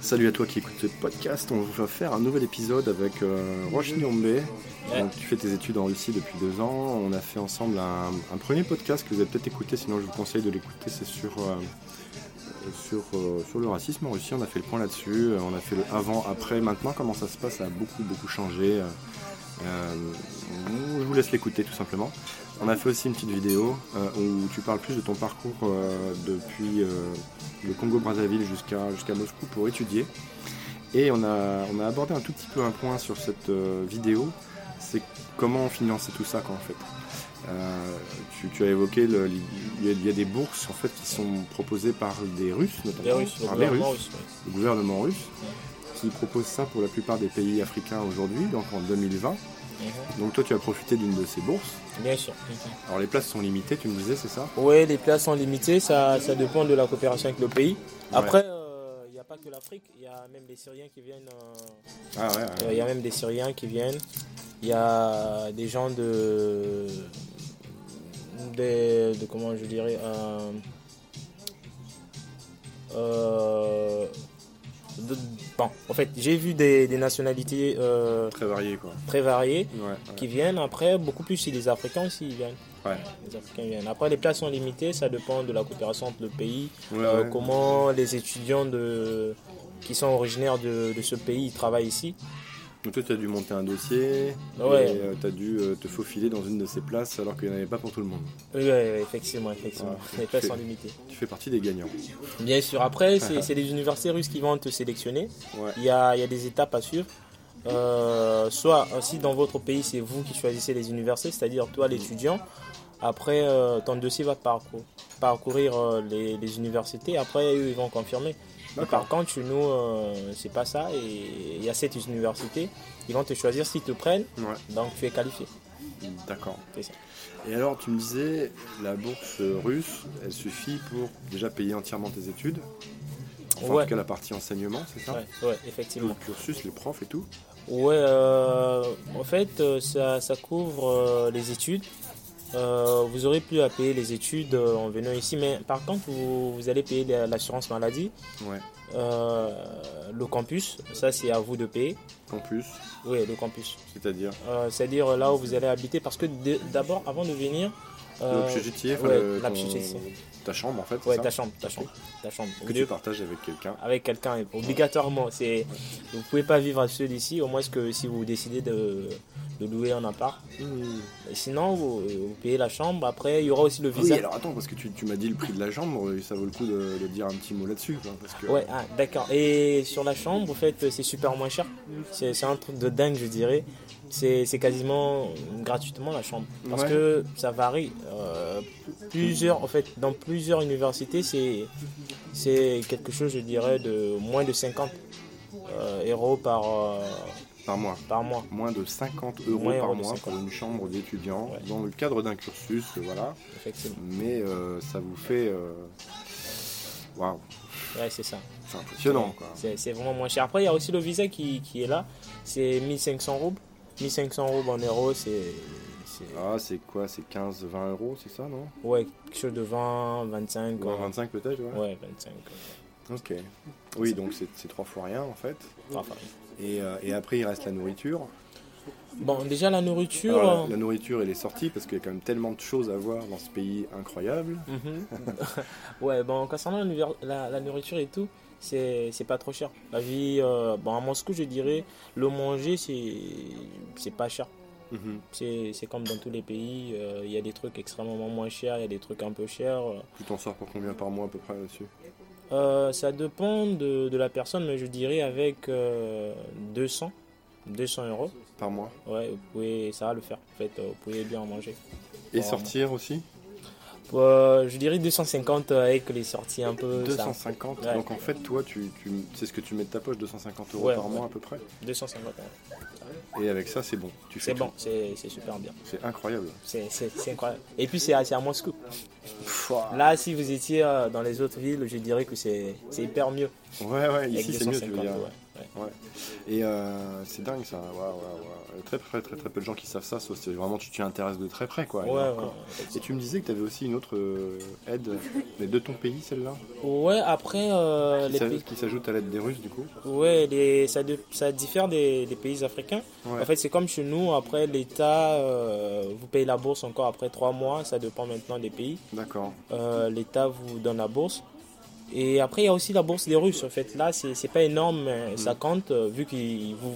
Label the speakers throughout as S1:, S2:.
S1: Salut à toi qui écoute ce podcast. On va faire un nouvel épisode avec euh, Roche Nyombe. Donc, tu fais tes études en Russie depuis deux ans. On a fait ensemble un, un premier podcast que vous avez peut-être écouté, sinon je vous conseille de l'écouter. C'est sur, euh, sur, euh, sur le racisme en Russie. On a fait le point là-dessus. Euh, On a fait le avant, après, maintenant, comment ça se passe. Ça a beaucoup, beaucoup changé. Euh, euh, je vous laisse l'écouter tout simplement. On a fait aussi une petite vidéo euh, où tu parles plus de ton parcours euh, depuis euh, le Congo-Brazzaville jusqu'à jusqu'à Moscou pour étudier. Et on a, on a abordé un tout petit peu un point sur cette euh, vidéo, c'est comment financer tout ça quoi, en fait. Euh, tu, tu as évoqué, le- il y a- il y a des bourses en fait qui sont proposées par des Russes notamment,
S2: Les Russes, le
S1: par Ah, les
S2: gouvernement
S1: Russes
S2: russe. ouais.
S1: le gouvernement russe, qui propose ça pour la plupart des pays africains aujourd'hui, donc en 2020.
S2: Mhm.
S1: Donc toi, tu as profité d'une de ces bourses.
S2: Bien sûr.
S1: Alors les places sont limitées, tu me disais, c'est ça
S2: Oui, les places sont limitées, ça, ça dépend de la coopération avec le pays. Après, euh, il n'y a pas que l'Afrique, il y a même des Syriens qui viennent. euh,
S1: Ah ouais,
S2: euh, Il y a même des Syriens qui viennent. Il y a des gens de. des- de comment je dirais. euh, euh, de- bon, en fait, j'ai vu des, des nationalités euh,
S1: très varié quoi.
S2: très variées.
S1: Ouais, ouais.
S2: qui viennent. Après, beaucoup plus si les Africains aussi ils viennent.
S1: Ouais.
S2: Les Africains viennent. Après, les places sont limitées, ça dépend de la coopération entre le pays,
S1: Ouais,
S2: euh,
S1: Ah ouais.
S2: comment les étudiants de... qui sont originaires de, de ce pays ils travaillent ici.
S1: Donc toi, tu as dû monter un dossier,
S2: Ah Ouais.
S1: et tu as dû euh, te faufiler dans une de ces places alors qu'il n'y en avait pas pour tout le monde.
S2: Oui, ouais, ouais, effectivement, effectivement.
S1: Ah,
S2: les places
S1: c'est-
S2: sont limitées.
S1: Tu fais partie des gagnants.
S2: Bien sûr, après, c'est c'est les universités russes qui vont te sélectionner.
S1: Ouais.
S2: Il y a, il y a des étapes à suivre. Euh, soit si dans votre pays c'est vous qui choisissez les universités, c'est-à-dire toi l'étudiant, après euh, ton dossier va parcou- parcourir euh, les, les universités, après eux ils vont confirmer. Mais par contre, chez nous, euh, c'est pas ça, et il y a cette université, ils vont te choisir s'ils te prennent,
S1: Ouais.
S2: donc tu es qualifié.
S1: D'accord.
S2: C'est ça.
S1: Et alors, tu me disais, la bourse euh, russe, elle suffit pour déjà payer entièrement tes études. Enfin, en
S2: Ouais.
S1: tout cas, la partie enseignement, c'est ça
S2: Ouais, ouais,
S1: Tout le
S2: effectivement.
S1: cursus, les profs et tout.
S2: Ouais, euh, en fait, euh, ça, ça couvre euh, les études. Euh, vous aurez plus à payer les études euh, en venant ici, mais par contre, vous, vous allez payer la- l'assurance maladie,
S1: Ouais.
S2: euh, le campus, ça c'est à vous de payer.
S1: Campus,
S2: Oui, le campus.
S1: c'est-à-dire
S2: Euh, C'est-à-dire là où vous allez habiter, parce que d- d'abord, avant de venir,
S1: le
S2: euh,
S1: l'objectif,
S2: ouais, l'objectif.
S1: ta chambre en fait, c'est
S2: ouais,
S1: ça
S2: ta chambre, ta chambre, ta chambre. Au
S1: que
S2: lieu-
S1: tu partages avec quelqu'un.
S2: avec quelqu'un obligatoirement. C'est vous pouvez pas vivre seul ici, au moins que si vous décidez de, de louer un appart. Et Sinon, vous, vous payez la chambre. Après, il y aura aussi le
S1: Oui,
S2: visa.
S1: alors attends, parce que tu, tu m'as dit le prix de la chambre, et ça vaut le coup de, de dire un petit mot là-dessus. hein, parce que
S2: Ouais, ah, d'accord. Et sur la chambre, en fait, c'est super moins cher. C'est c'est un truc de dingue, je dirais. C'est c'est quasiment gratuitement la chambre. Parce
S1: Ouais.
S2: que ça varie. Euh, plusieurs, en fait, dans plusieurs universités, c'est c'est quelque chose, je dirais, de moins de 50 euh, euros par, euh,
S1: par mois,
S2: par mois.
S1: moins de 50 euros
S2: Moins
S1: par
S2: de
S1: mois
S2: 50.
S1: pour une chambre d'étudiant
S2: Ouais.
S1: dans le cadre d'un cursus, euh, voilà.
S2: Effectivement.
S1: Mais euh, ça vous fait. euh, Waouh,
S2: Ouais, c'est ça.
S1: c'est impressionnant quoi.
S2: C'est c'est vraiment moins cher. Après, il y a aussi le visa qui, qui est là. C'est 1500 roubles. 1500 roubles en euros, c'est. c'est-
S1: Ah, c'est quoi C'est 15-20 euros, c'est ça, non
S2: Ouais, quelque chose de 20, 25.
S1: Ou
S2: euh,
S1: 25 peut-être, ouais.
S2: Ouais, 25.
S1: Ok. Oui, donc c'est c'est trois fois rien en fait.
S2: euh, enfin.
S1: Et, euh, et après, il reste la nourriture.
S2: Bon, déjà, la nourriture.
S1: Alors, la-
S2: euh,
S1: Ah, la, nourriture et les sorties, parce qu'il y a quand même tellement de choses à voir dans ce pays incroyable.
S2: mhm. ouais, bon, concernant la, nuver- la- la nourriture et tout, c'est c'est pas trop cher. La vie, euh, bon, à Moscou, je dirais, le manger, c'est c'est pas cher.
S1: Mhm.
S2: C'est c'est comme dans tous les pays. euh, Il y a des trucs extrêmement moins chers, il y a des trucs un peu chers. euh.
S1: Tu t'en sors pour combien par mois à peu près là-dessus
S2: Euh, ça dépend de, de la personne, mais je dirais avec euh, 200, 200 euros.
S1: Par mois.
S2: Ouais, vous pouvez, ça va le faire. En fait, euh, vous pouvez bien en manger.
S1: Et
S2: Par
S1: sortir aussi
S2: Euh, je dirais 250 avec les sorties un peu. Euh, ça.
S1: 250.
S2: Ouais.
S1: Donc en fait, toi, tu, tu- c'est ce que tu mets de ta poche, 250 euros
S2: Ouais.
S1: par mois à peu près.
S2: 250 ouais.
S1: Et avec ça, c'est bon. Tu fais
S2: C'est
S1: tout.
S2: bon, c'est c'est super bien.
S1: C'est incroyable.
S2: C'est c'est- c'est incroyable. Et puis, c'est à, c'est à Moscou. Là, si vous étiez euh, dans les autres villes, je dirais que c'est c'est hyper mieux.
S1: Ouais, ouais,
S2: avec
S1: ici c'est mieux, euh, tu veux
S2: 250,
S1: dire.
S2: ouais, ouais.
S1: Ouais. Et euh, c'est dingue ça. Waouh, waouh, waouh. Très, très, très, très peu de gens qui savent ça, sauf si vraiment tu t'y intéresses de très près. Quoi. Et
S2: Ouais, ouais,
S1: encore.
S2: ouais.
S1: Et tu me disais que tu avais aussi une autre euh, aide mais de ton pays, celle-là,
S2: Ouais, après, euh,
S1: qui
S2: les
S1: s'a-
S2: pays-
S1: qui s'ajoute à l'aide des Russes, du coup.
S2: ouais, les- ça, dé- ça diffère des, des pays africains.
S1: Ouais.
S2: En fait, c'est comme chez nous, après l'État, euh, vous payez la bourse encore après trois mois, ça dépend maintenant des pays.
S1: D'accord.
S2: Euh, l'État vous donne la bourse. Et après, il y a aussi la bourse des Russes. En fait, là, c'est c'est pas énorme,
S1: Mm.
S2: mais ça compte, euh, vu que vous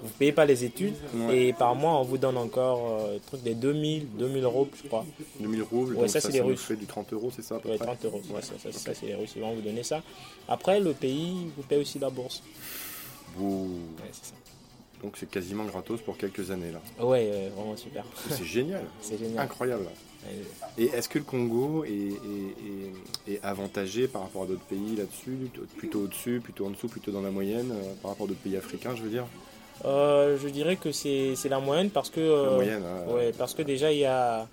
S2: vous payez pas les études.
S1: Ouais.
S2: Et par mois, on vous donne encore euh, le truc des 2000, 2000 euros, je crois.
S1: 2000 roubles,
S2: Ouais,
S1: donc
S2: ça, c'est les
S1: nous
S2: Russes.
S1: fait du 30 euros, c'est ça à peu
S2: Ouais,
S1: près
S2: 30 euros. Ouais, ça, ça,
S1: ok.
S2: ça, c'est les Russes, ils vont vous donner ça. Après, le pays vous paye aussi la bourse.
S1: Ouh.
S2: Ouais, c'est ça.
S1: Donc c'est quasiment gratos pour quelques années là.
S2: Ouais, euh, vraiment super.
S1: C'est génial,
S2: C'est génial.
S1: incroyable.
S2: Ouais.
S1: Et est-ce que le Congo est, est- est- est avantagé par rapport à d'autres pays là-dessus Plutôt au-dessus, plutôt en dessous, plutôt dans la moyenne, euh, par rapport à d'autres pays africains, je veux dire
S2: Euh, je dirais que c'est c'est la moyenne parce que.
S1: La
S2: euh,
S1: moyenne, hein.
S2: Ouais, parce que déjà, il y a,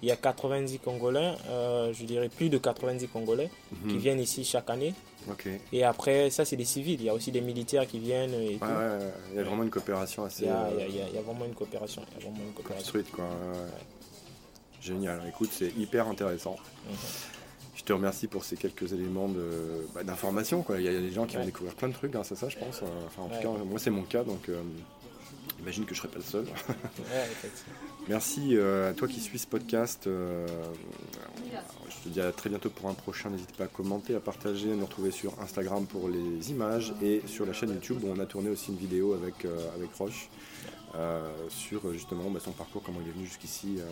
S2: il y a 90 Congolais, euh, je dirais plus de 90 Congolais qui
S1: Mhm.
S2: viennent ici chaque année.
S1: Ok. Ouais,
S2: Et après, ça, c'est des civils. Il y a aussi des militaires qui viennent et tout.
S1: ouais, ouais. il y a vraiment une coopération
S2: Il
S1: assez
S2: y a,
S1: euh,
S2: il y a- il y a- il y a vraiment une coopération. il y a vraiment une coopération.
S1: construite, quoi. Ouais, ouais. Génial, écoute, c'est hyper intéressant.
S2: Mhm.
S1: Je te remercie pour ces quelques éléments de- bah, d'information. quoi. il y a il y a des gens qui vont
S2: Ouais.
S1: découvrir plein de trucs grâce à ça, je pense. Euh, Enfin, en
S2: Ouais.
S1: tout cas, moi, c'est mon cas, donc euh, imagine que je ne serai pas le seul.
S2: Ouais, effectivement.
S1: Merci euh, à toi qui suis ce podcast. euh, je te dis à très bientôt pour un prochain. N'hésite pas à commenter, à partager, à nous retrouver sur Instagram pour les images et sur la chaîne YouTube où on a tourné aussi une vidéo avec, euh, avec Roche euh, sur euh, justement bah, son parcours, comment il est venu jusqu'ici, euh,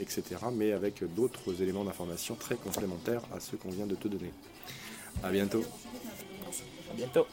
S1: etc. Mais avec d'autres éléments d'information très complémentaires à ceux qu'on vient de te donner. À bientôt.
S2: À bientôt.